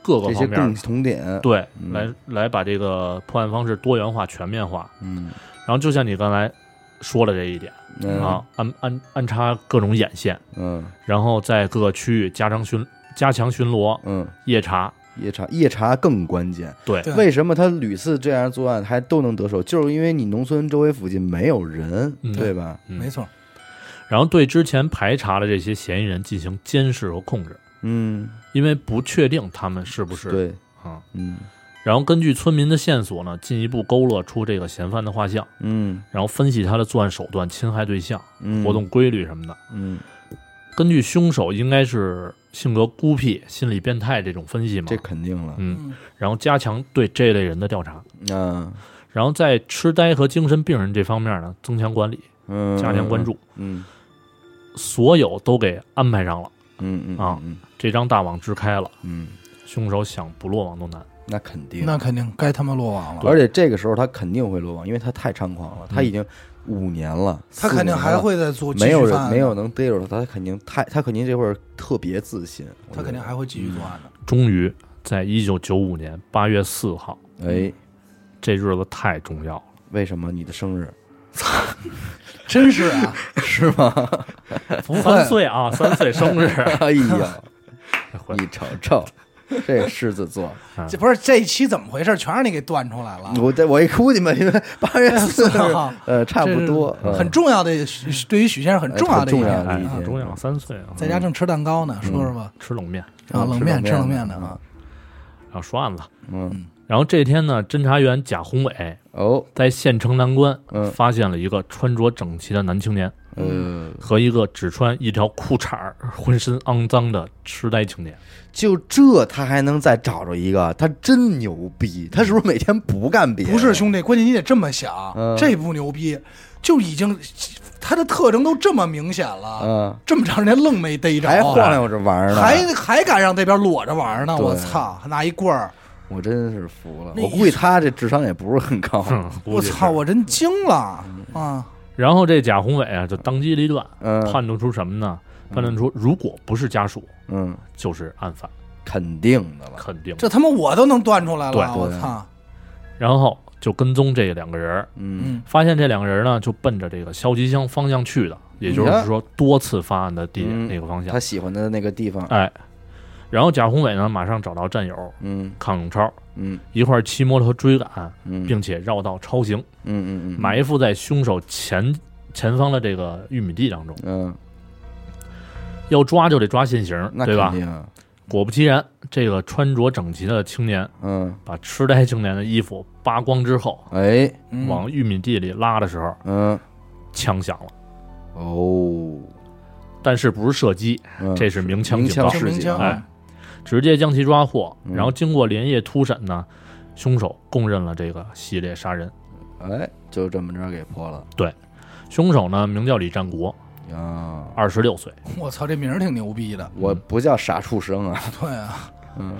A: 各个
B: 这些
A: 方
B: 共
A: 面，
B: 同点，
A: 对，
B: 嗯
A: 来来把这个破案方式多元化、全面化。
B: 嗯
A: 然后，就像你刚才说的这一点
B: 嗯
A: 啊，安安安插各种眼线，
B: 嗯
A: 然后在各个区域加强巡加强巡逻、
B: 嗯，
A: 夜查。
B: 夜查夜查更关键。
A: 对，
C: 对
B: 为什么他屡次这样作案还都能得手？就是因为你农村周围附近没有人，
A: 嗯
B: 对吧？
A: 嗯
C: 没错。
A: 然后对之前排查的这些嫌疑人进行监视和控制，
B: 嗯，
A: 因为不确定他们是不是
B: 对，
A: 啊。
B: 嗯
A: 然后根据村民的线索呢，进一步勾勒出这个嫌犯的画像，
B: 嗯
A: 然后分析他的作案手段、侵害对象、
B: 嗯，
A: 活动规律什么的。
B: 嗯，
A: 根据凶手应该是性格孤僻、心理变态这种分析嘛
B: 这，肯定了，
A: 嗯，
C: 嗯
A: 然后加强对这类人的调查，
B: 嗯
A: 然后在痴呆和精神病人这方面呢，增强管理，
B: 嗯，
A: 加强关注，
B: 嗯，
A: 所有都给安排上了，
B: 嗯嗯嗯
A: 啊
B: 嗯
A: 这张大网支开了，
B: 嗯，
A: 凶手想不落网都难。
B: 那肯定，
C: 嗯那肯定该他妈落网了。
B: 而且这个时候他肯定会落网，因为他太猖狂
A: 嗯
B: 了，他已经五年了，
C: 他
B: 四
C: 肯定
B: 年
C: 还
B: 了
C: 会再做，继
B: 没
C: 续
B: 有
C: 犯
B: 人
C: 案
B: 没有
C: 的，
B: 能逮住他，他肯定太他肯定这会儿特别自信，我
C: 他肯定
B: 觉
C: 还会继续作案的。
A: 终于在一九九五年八月四号，
B: 得哎，
A: 这日子太重要了。
B: 为什么你的生日
C: 真是啊，
B: 是吗？
C: 不
A: 三
C: 会，
A: 岁啊，三岁生 日，
B: 哎呀，
A: 回
B: 你瞅瞅，这狮子座，
C: 这不是这一期怎么回事？全让你给断出来了，
B: 我这我一估计嘛，因为八月 四日
C: 啊，
B: 呃，差
C: 这
B: 不
C: 是
B: 多，嗯
C: 很重要的，许对于许先生很重要的一
B: 很重要嗯
C: 天。
A: 哎
B: 理，解
A: 很重要，三岁啊，
C: 在家正吃蛋糕呢，说说吧，
A: 吃冷面，
C: 啊，冷面
B: 嗯吃
C: 吃
B: 冷
C: 冷
B: 面嗯
C: 面
B: 呢
C: 呢啊，
A: 然后说案子。
B: 嗯，
A: 然后这天呢，侦查员贾宏伟
B: 哦，
A: 在县城南关
B: 嗯
A: 发现了一个穿着整齐的男青年
B: 呃，
A: 和一个只穿一条裤衩儿、浑身肮脏的痴呆青年。
B: 就这他还能再找着一个，他真牛逼，他是不是每天不干别的？
C: 不是兄弟，关键你得这么想
B: 嗯，
C: 这不牛逼，就已经他的特征都这么明显了，
B: 嗯，
C: 这么长时间愣没逮着，
B: 还晃悠着玩儿呢，
C: 啊还还敢让这边裸着玩呢？
B: 对
C: 我操，还拿一棍儿，
B: 我真是服了，
C: 那嗯
B: 我估计他这智商也不是很高，
A: 哼，
C: 我
A: 估计是
C: 操，！我真惊了啊！
A: 然后这贾宏伟啊，就当机立断，
B: 嗯
A: 判断出什么呢？判断出如果不是家属，
B: 嗯，
A: 就是案犯，
B: 肯定的了，
A: 肯定。
C: 这他妈我都能断出来
A: 对
C: 了，我操！
A: 然后就跟踪这两个人儿，
B: 嗯，
C: 嗯，
A: 发现这两个人呢，就奔着这个肖吉乡方向去的，也就是说多次发案的地
B: 嗯
A: 那个方向
B: 他。喜欢的那个地方，
A: 哎，然后贾宏伟呢，马上找到战友
B: 嗯
A: 康永超，
B: 嗯
A: 一块儿骑摩托车追赶，
B: 嗯，
A: 并且绕道超行，
B: 嗯嗯嗯，
A: 埋伏在凶手前前方的这个玉米地当中。
B: 嗯，
A: 要抓就得抓现行，
B: 那
A: 对
B: 肯
A: 吧？
B: 定啊，
A: 果不其然，这个穿着整齐的青年
B: 嗯，
A: 把痴呆青年的衣服扒光之后，
B: 哎，
C: 嗯
A: 往玉米地里拉的时候，
B: 嗯，
A: 枪响了，
B: 哦，
A: 但是不是射击，
B: 嗯
A: 这是鸣枪警
B: 鸣
A: 告，
B: 枪
C: 清明
B: 是
C: 枪，
A: 哎直接将其抓获。
B: 嗯
A: 然后经过连夜突审呢，凶手供认了这个系列杀人。
B: 哎，就这么着给破了
A: 凶手呢名叫李占国，
B: 啊！
A: 二十六岁。
C: 我操，这名儿挺牛逼的，
B: 我不叫傻畜生啊，
C: 对啊，
B: 嗯，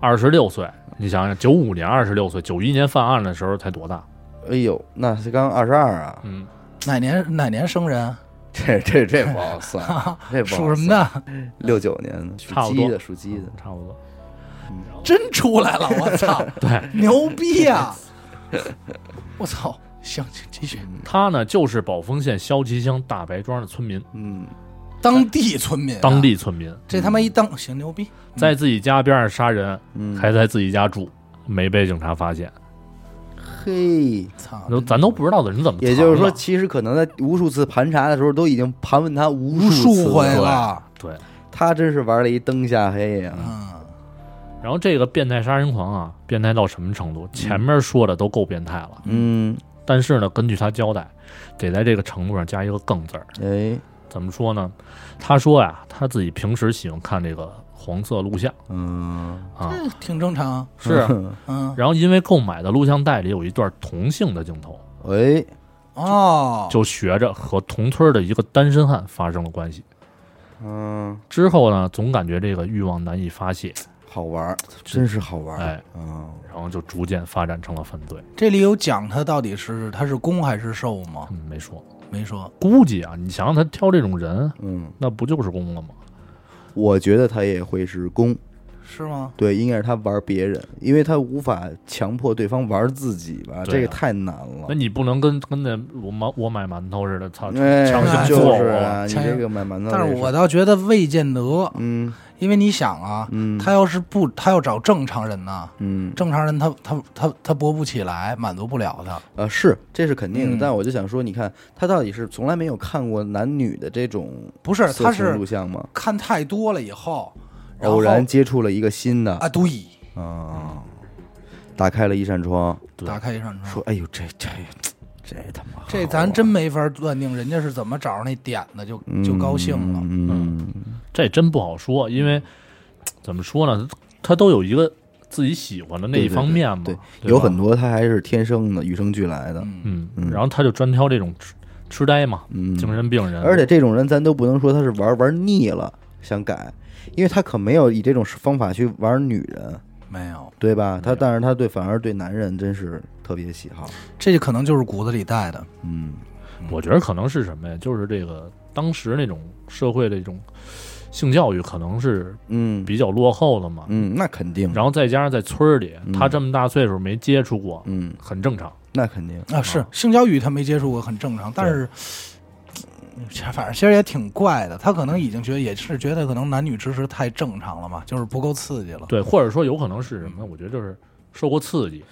A: 二十六岁，你想想，九五年二十六岁，九一年犯案的时候才多大？
B: 哎呦，那是刚二十二啊，
A: 嗯，
C: 哪年哪年生人？
B: 这这这不好算， 这不好
C: 属什么
B: 算？
C: 的？
B: 六九年的，属
A: 差不
B: 鸡
A: 多
B: 的，属鸡的，
A: 差不多。
C: 真出来了，我操，
A: 对
C: 牛 逼啊！我操，行，继续，
A: 他呢，就是宝丰县肖旗乡大白庄的村民，
B: 嗯
C: 当地村民啊，
A: 当地村民，
C: 这他妈一当行牛逼，
A: 在自己家边上杀人，
B: 嗯，
A: 还在自己家住，没被警察发现。
B: 嘿，
C: 操，
A: 都咱都不知道的人怎么藏的，
B: 也就是说，其实可能在无数次盘查的时候，都已经盘问他无
C: 无
B: 数
C: 数回
B: 次
C: 了，
A: 对。
B: 他真是玩了一灯下黑呀、
C: 嗯，
A: 然后这个变态杀人狂啊，变态到什么程度？前面说的都够变态了，
B: 嗯，
A: 但是呢，根据他交代，得在这个程度上加一个“更”字儿。
B: 哎，
A: 怎么说呢？他说呀、他自己平时喜欢看这个黄色录像
B: 嗯，
A: 啊，
C: 这挺正常，
A: 是啊。
C: 嗯，
A: 然后因为购买的录像带里有一段同性的镜头，
B: 哎，
C: 哦，
A: 就学着和同村的一个单身汉发生了关系。
B: 嗯，
A: 之后呢，总感觉这个欲望难以发泄，
B: 好玩儿，真是好玩儿，
A: 哎，
B: 嗯，
A: 然后就逐渐发展成了犯罪。
C: 这里有讲他到底是他是攻还是受吗？
A: 嗯，没说。
C: 没说，
A: 估计啊，你想想他挑这种人，
B: 嗯，
A: 那不就是公了吗？
B: 我觉得他也会是攻，
C: 是吗？
B: 对，应该是他玩别人，因为他无法强迫对方玩自己
A: 对
B: 吧，
A: 啊
B: 这个太难了
A: 那。你不能跟跟那我买我买馒头似的，操，
B: 哎
A: 强
C: 行
A: 行
B: 就
A: 做
B: 是
A: 我。
B: 啊，你
C: 强行
B: 这个买馒头这事儿，
C: 但是我倒觉得未见得，
B: 嗯，
C: 因为你想啊，
B: 嗯
C: 他要是不，他要找正常人呢，
B: 嗯
C: 正常人他他他他搏不起来，满足不了他。
B: 呃，是，这是肯定的。
C: 嗯
B: 但我就想说，你看他到底是从来没有看过男女的这种
C: 不是，
B: 色
C: 他
B: 情
C: 是
B: 录像吗？
C: 看太多了以后，然后
B: 偶然接触了一个新的，
C: 啊，对，
B: 啊，打开了一扇窗，
A: 对
C: 打开一扇窗
B: 说，：“哎呦，这这这他妈好
C: 这咱真没法断定人家是怎么找着那点的，就就高兴了。
B: 嗯
A: 这真不好说，因为怎么说呢，他都有一个自己喜欢的那一方面嘛，
B: 对，
A: 对
B: 有
A: 吧
B: 很多他还是天生的，与生俱来的。
C: 嗯，
A: 嗯
B: 嗯，
A: 然后他就专挑这种痴痴呆嘛，
B: 嗯，
A: 精神病人，
B: 而且这种人咱都不能说他是玩玩腻了想改，因为他可没有以这种方法去玩女人，
C: 没有，
B: 对吧？他但是他对反而对男人真是特别喜好。
C: 这可能就是骨子里带的。
B: 嗯
A: 我觉得可能是什么呀？就是这个当时那种社会的一种性教育可能是
B: 嗯
A: 比较落后的嘛，
B: 嗯，那肯定，
A: 然后再加上在村儿里，他这么大岁数没接触过，
B: 嗯，
A: 很正常。
B: 那肯定。
C: 啊，是性教育他没接触过，很正常。但是，这反正其实也挺怪的。他可能已经觉得也是觉得可能男女之事太正常了嘛，就是不够刺激了。
A: 对，或者说有可能是什么？我觉得就是受过刺激，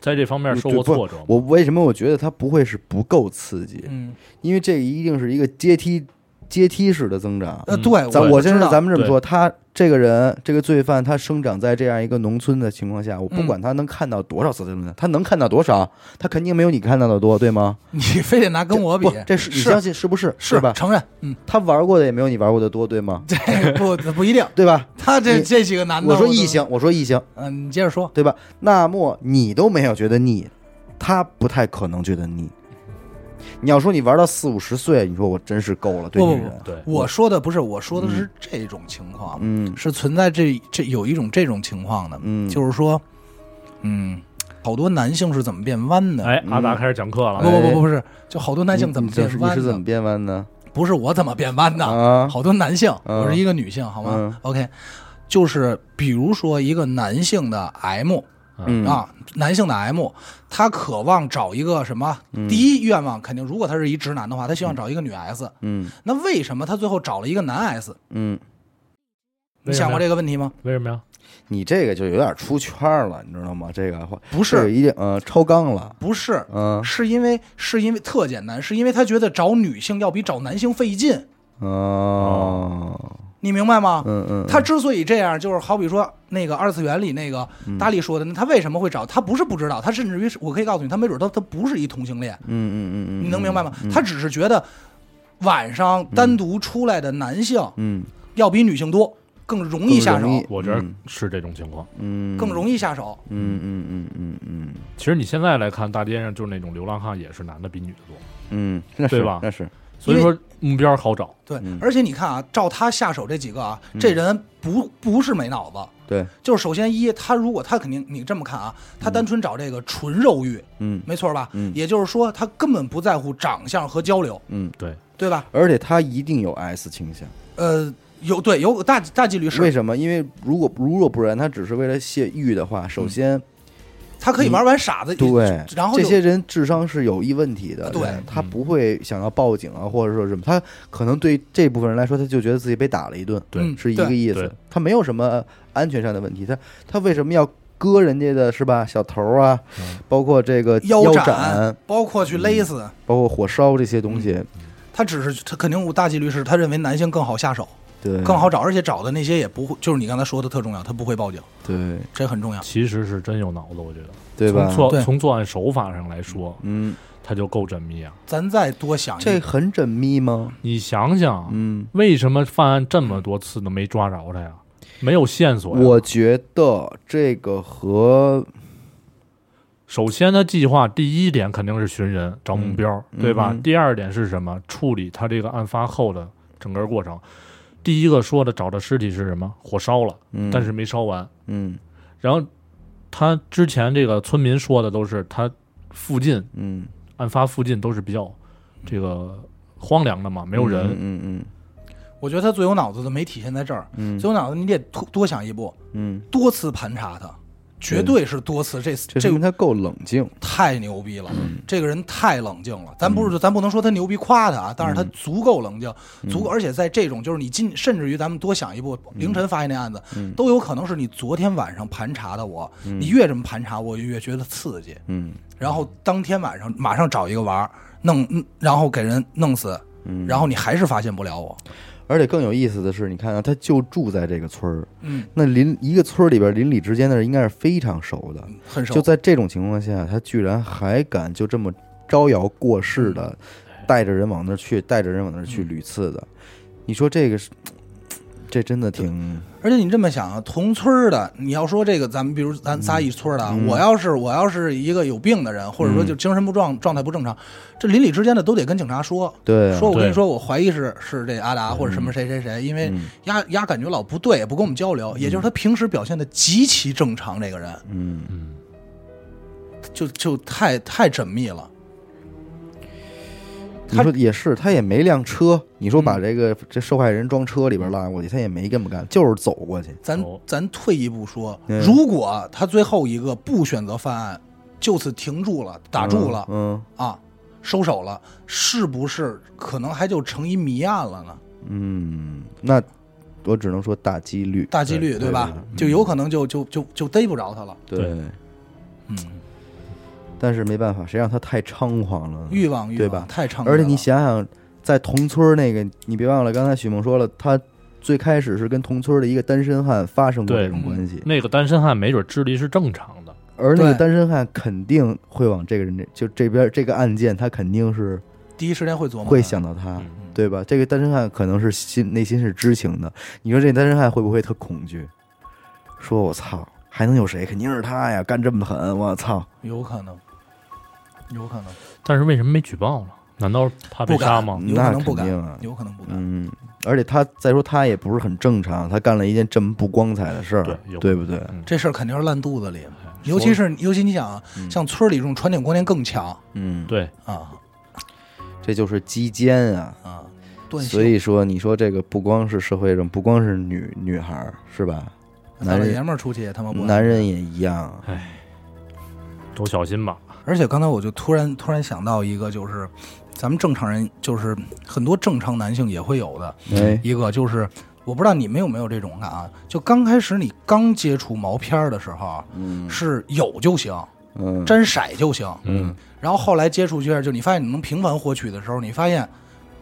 A: 在这方面受
B: 对
A: 过
B: 不
A: 挫折嘛。
B: 我为什么我觉得他不会是不够刺激？
C: 嗯，
B: 因为这一定是一个阶梯阶梯式的增长。
C: 呃，
A: 嗯
C: 对，
B: 咱
C: 我
B: 我先
C: 知道
B: 咱们这么说，他这个人这个罪犯，他生长在这样一个农村的情况下，我不
C: 嗯
B: 管他能看到多少色情论，他能看到多少，他肯定没有你看到的多，对吗？
C: 你非得拿跟我比
B: 不，，这是你
C: 是
B: 相信是不是？
C: 是
B: 对吧？
C: 承认，嗯，
B: 他玩过的也没有你玩过的多，对吗？
C: 这不不一定。
B: 对吧？
C: 他这
B: 你
C: 这几个男的，
B: 我说
C: 都
B: 异，性，我说异性，
C: 嗯，你接着说，
B: 对吧？那么你都没有觉得腻，他不太可能觉得腻。你要说你玩到四五十岁，你说我真是够了，对
C: 不不
B: 女人，
C: 不
A: 对，
C: 我说的不是，我说的是这种情况，啊
B: 嗯
C: 是存在这这有一种这种情况的，
B: 嗯，
C: 就是说，嗯，好多男性是怎么变弯的？
A: 哎，阿
B: 嗯
A: 达开始讲课了。
C: 不不不不不是，就好多男性怎
B: 哎
C: 么
B: 你
C: 变
B: 你是你
C: 弯
B: 是怎
C: 的
B: 么？变弯呢？
C: 不是我怎么变弯的，
B: 啊，
C: 好多男性，
B: 嗯
C: 我是一个女性，好吗
B: 嗯
C: ？OK，就是比如说一个男性的 M
B: 嗯，
C: 啊，男性的 M，他渴望找一个什么？
B: 嗯
C: 第一愿望肯定，如果他是一直男的话，他希望找一个女 S。
B: 嗯
C: 那为什么他最后找了一个男 S？
B: 嗯，
A: 为什么
C: 你
A: 呀
C: 想过这个问题吗？
A: 为什么呀？
B: 你这个就有点出圈了，你知道吗？这个话
C: 不
B: 这个
C: 是，
B: 一定呃超纲了，
C: 不是，
B: 嗯
C: 是因为是因为特简单，是因为他觉得找女性要比找男性费劲，
B: 哦，
C: 你明白吗？
B: 嗯嗯，
C: 他之所以这样，就是好比说那个二次元里那个
B: 嗯
C: 大力说的，那他为什么会找？他不是不知道，他甚至于是我可以告诉你，他没准他他不是一同性恋，
B: 嗯嗯嗯嗯，
C: 你能明白吗？他只是觉得晚上单独出来的男性
B: 嗯
C: 要比女性多，更容易下
B: 更容
C: 手
B: 易，
A: 我觉得
B: 嗯
A: 是这种情况。
B: 嗯
C: 更容易下手。
B: 嗯嗯嗯嗯嗯
A: 其实你现在来看，大街上就是那种流浪汉，也是男的比女的多，
B: 嗯，那是
A: 对吧
B: 那是
A: 所以说目标好找。
C: 对
B: 嗯，
C: 而且你看啊，照他下手这几个啊，这人不不是没脑子，
B: 对，
C: 就是首先一，他如果他肯定你这么看啊，他单纯找这个纯肉欲，
B: 嗯
C: 没错吧？
B: 嗯
C: 也就是说，他根本不在乎长相和交流，
B: 嗯，
A: 对，
C: 对吧？
B: 而且他一定有 S 倾向，
C: 呃，有对有大大几率
B: 为
C: 是，
B: 什么？因为如果如若不然，他只是为了泄欲的话，
C: 嗯
B: 首先
C: 他可以玩玩傻子，
B: 嗯对，
C: 然后
B: 这
C: 就
B: 些人智商是有一问题的，
C: 对
B: 他
A: 嗯
B: 不会想要报警啊，或者说什么，他可能对这部分人来说，他就觉得自己被打了一顿，
A: 对
C: 嗯
B: 是一个意思
A: 对，
B: 他没有什么安全上的问题，他他为什么要割人家的是吧？小头儿啊，
A: 嗯
B: 包括这个
C: 腰
B: 斩，嗯
C: 斩包括去勒死，
B: 包括火烧这些东西，
A: 嗯
C: 他只是他肯定有大几率是他认为男性更好下手，
B: 对，
C: 更好找，而且找的那些也不会，就是你刚才说的特重要，他不会报警，
B: 对
C: 这很重要。
A: 其实是真有脑子，我觉得。
B: 对吧
A: 从？作
C: 对
A: 从作案手法上来说，
B: 嗯，
A: 他就够缜密啊。
C: 咱再多想一
B: 这很缜密吗？
A: 你想想，
B: 嗯，
A: 为什么犯案这么多次都没抓着他呀？没有线索呀。
B: 我觉得这个和
A: 首先，他计划第一点肯定是寻人找目标，
B: 嗯
A: 对吧？
B: 嗯
A: 第二点是什么？处理他这个案发后的整个过程。第一个说的找的尸体是什么？火烧了，
B: 嗯
A: 但是没烧完。
B: 嗯
A: 然后他之前这个村民说的都是他附近
B: 嗯，
A: 案发附近都是比较这个荒凉的嘛，没有人。
B: 嗯嗯
C: 我觉得他最有脑子的没体现在这儿，
B: 嗯
C: 最有脑子你得多多想一步，
B: 嗯
C: 多次盘查他，绝对是多次。这
B: 这
C: 这
B: 说明他够冷静。
C: 太牛逼了，
B: 嗯
C: 这个人太冷静了。咱不是，咱不能说他牛逼夸他啊，
B: 嗯
C: 但是他足够冷静，足够，而且在这种就是你今，甚至于咱们多想一步，
B: 嗯
C: 凌晨发现那案子，都有可能是你昨天晚上盘查的我。你越这么盘查，我就越觉得刺激。
B: 嗯，
C: 然后当天晚上马上找一个玩儿弄，嗯然后给人弄死，
B: 嗯
C: 然后你还是发现不了我。
B: 而且更有意思的是，你看啊，他就住在这个村儿，
C: 嗯，
B: 那邻一个村儿里边邻里之间的人应该是非常熟的。
C: 很熟
B: 就。在这种情况下，他居然还敢就这么招摇过市
C: 嗯
B: 的，带着人往那儿去，带着人往那儿去屡次的，你说这个是，这真的挺
C: 而且你这么想啊，同村儿的，你要说这个，咱们比如咱仨一村儿的啊，
B: 嗯
C: 我要是我要是一个有病的人，或者说就精神不状状态不正常，这邻里之间的都得跟警察说，
B: 对嗯啊
C: 说我跟
A: 对
C: 你说，我怀疑是是这阿达或者什么谁谁谁，因为丫丫感觉老不对，也不跟我们交流，也就是他平时表现的极其正常，这个人
B: 嗯，
A: 嗯，
C: 就就太太缜密了，
B: 你说也是，他也没辆车，你说把这
C: 嗯
B: 个这受害人装车里边拉过去，他也没这么干，就是走过去，
C: 咱、
A: 哦
C: 咱退一步说，
B: 嗯
C: 如果他最后一个不选择犯案，就此停住了，打住了。
B: 嗯
C: 啊，收手了，是不是可能还就成一谜案了呢？
B: 嗯，那我只能说大几率，
C: 大几率对吧？就有可能就就就就逮不着他了。
B: 对。
A: 对
C: 嗯，
B: 但是没办法，谁让他太猖狂了呢？
C: 欲望欲望
B: 对吧
C: 太猖獗了，
B: 而且你想想，在同村儿那个，你别忘了，刚才许梦说了，他最开始是跟同村儿的一个单身汉发生过
A: 对
B: 这
C: 嗯
B: 种关系，
A: 嗯那个单身汉没准智力是正常的，
B: 而那个
C: 对
B: 单身汉肯定会往这个人这就这边这个案件，他肯定是
C: 第一时间会琢磨，
B: 会想到他，
A: 嗯
B: 对吧？这个单身汉可能是心内心是知情的，你说这单身汉会不会特恐惧？说我操，还能有谁？肯定是他呀，干这么狠，我操！
C: 有可能，有可能，
A: 但是为什么没举报呢？难道是怕被
C: 不敢
A: 杀吗？
C: 有可能不
B: 那肯
C: 敢
B: 定啊，
C: 有可能不敢。
B: 嗯，而且他再说他也不是很正常，他干了一件这么不光彩的事儿，
A: 对有
B: 对不对？
C: 这事儿肯定是烂肚子里，尤其是尤其你想啊，像村里这种传统观念更强
B: 嗯，
A: 对，
C: 啊
B: 这就是鸡奸啊。
C: 啊，断袖
B: 所以说，你说这个不光是社会上，不光是女女孩儿是吧？
C: 大
B: 男
C: 老
B: 人
C: 爷们儿出去也他哦妈不安
B: 男人也一样。
A: 都小心吧。
C: 而且刚才我就突然突然想到一个，就是咱们正常人，就是很多正常男性也会有的
B: 哎，
C: 一个，就是我不知道你们有没有这种感啊？就刚开始你刚接触毛片儿的时候，啊
B: 嗯
C: 是有就行，
B: 嗯，
C: 沾色就行。
A: 嗯，
C: 然后后来接触一下，就你发现你能频繁获取的时候，你发现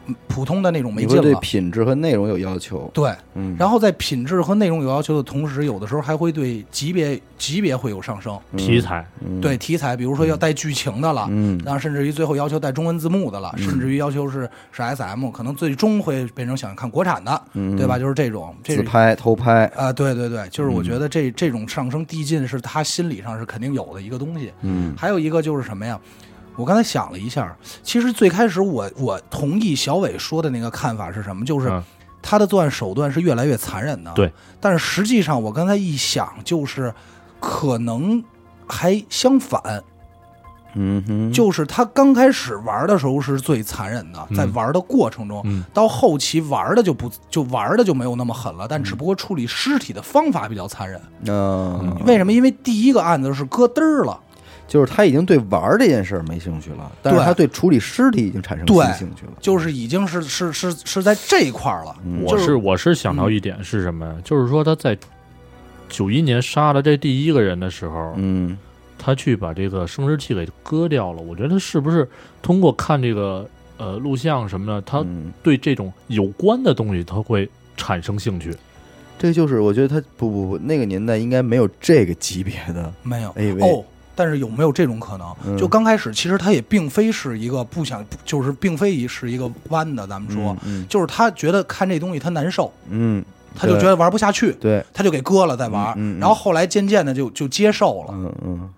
C: 嗯普通的那种没
B: 你会
C: 劲
B: 对
C: 了。
B: 品质和内容有要求。
C: 对，
B: 嗯，
C: 然后在品质和内容有要求的同时，有的时候还会对级别级别会有上升。
A: 题材，
B: 嗯
C: 对，题材，比如说要带剧情的了，
B: 嗯
C: 然后甚至于最后要求带中文字幕的了，甚至于要求是是 S M，可能最终会变成想看国产的，对吧？就是这种，
B: 嗯
C: 这
B: 自
C: 是
B: 拍嗯偷拍，
C: 啊、对对对，就是我觉得这、这种上升递进是他心理上是肯定有的一个东西。
B: 嗯
C: 还有一个就是什么呀？我刚才想了一下，其实最开始我我同意小伟说的那个看法是什么？就是
A: 嗯
C: 他的作案手段是越来越残忍的。
A: 对，
C: 但是实际上我刚才一想，就是可能还相反，
B: 嗯哼，
C: 就是他刚开始玩的时候是最残忍
B: 嗯
C: 的，在玩的过程中，
A: 嗯
C: 到后期玩的就不就玩的就没有那么狠了，但只不过处理尸体的方法比较残忍。
B: 嗯，
C: 为什么？因为第一个案子是咯噔儿了，
B: 就是他已经对玩儿这件事儿没兴趣了，但是
C: 对
B: 他对处理尸体已经产生
C: 对
B: 新兴趣了。
C: 就是已经是是是是在这一块儿了。
B: 嗯
A: 我
C: 就是
A: 是我是想到一点是什么呀？就是说他在九一年杀了这第一个人的时候，
B: 嗯，
A: 他去把这个生殖器给割掉了。我觉得是不是通过看这个呃录像什么的，他
B: 嗯
A: 对这种有关的东西他会产生兴趣？
B: 这就是我觉得他不不不，那个年代应该没有这个级别的。
C: 没有
B: 哎喂
C: 哦，但是有没有这种可能？
B: 嗯
C: 就刚开始，其实他也并非是一个不想，就是并非是一个弯的。咱们说，
B: 嗯
C: 就是他觉得看这东西他难受，
B: 嗯，
C: 他就
B: 对
C: 觉得玩不下去，
B: 对，
C: 他就给割了再玩儿。
B: 嗯嗯嗯
C: 然后后来渐渐的就就接受了。
B: 嗯嗯，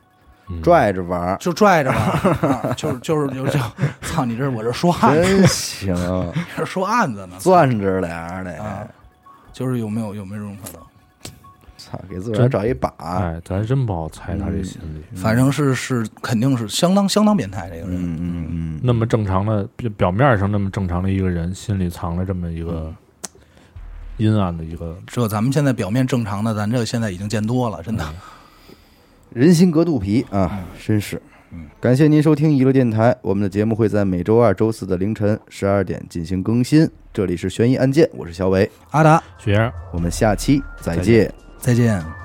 A: 嗯
B: 拽着玩儿，
C: 就拽着吧，啊就是就是就就， 操你这我这说案子，
B: 真行，
C: 这说案子 呢，
B: 攥着俩儿得
C: 啊，就是有没有有没有这种可能？
B: 操，给自个儿找一把。
A: 哎，咱真不好猜他这心理。
C: 反正是是肯定是相当相当变态这个人，
B: 嗯嗯嗯，
A: 那么正常的表表面上那么正常的一个人，心里藏着这么一个阴暗的一个
C: 这咱们现在表面正常的，咱这现在已经见多了，真的。
B: 人心隔肚皮啊，真是。感谢您收听娱乐电台，我们的节目会在每周二、周四的凌晨十二点进行更新。这里是悬疑案件，我是小伟，
C: 阿达，
A: 雪儿。
B: 我们下期再
A: 再见
B: 见。
C: 再见。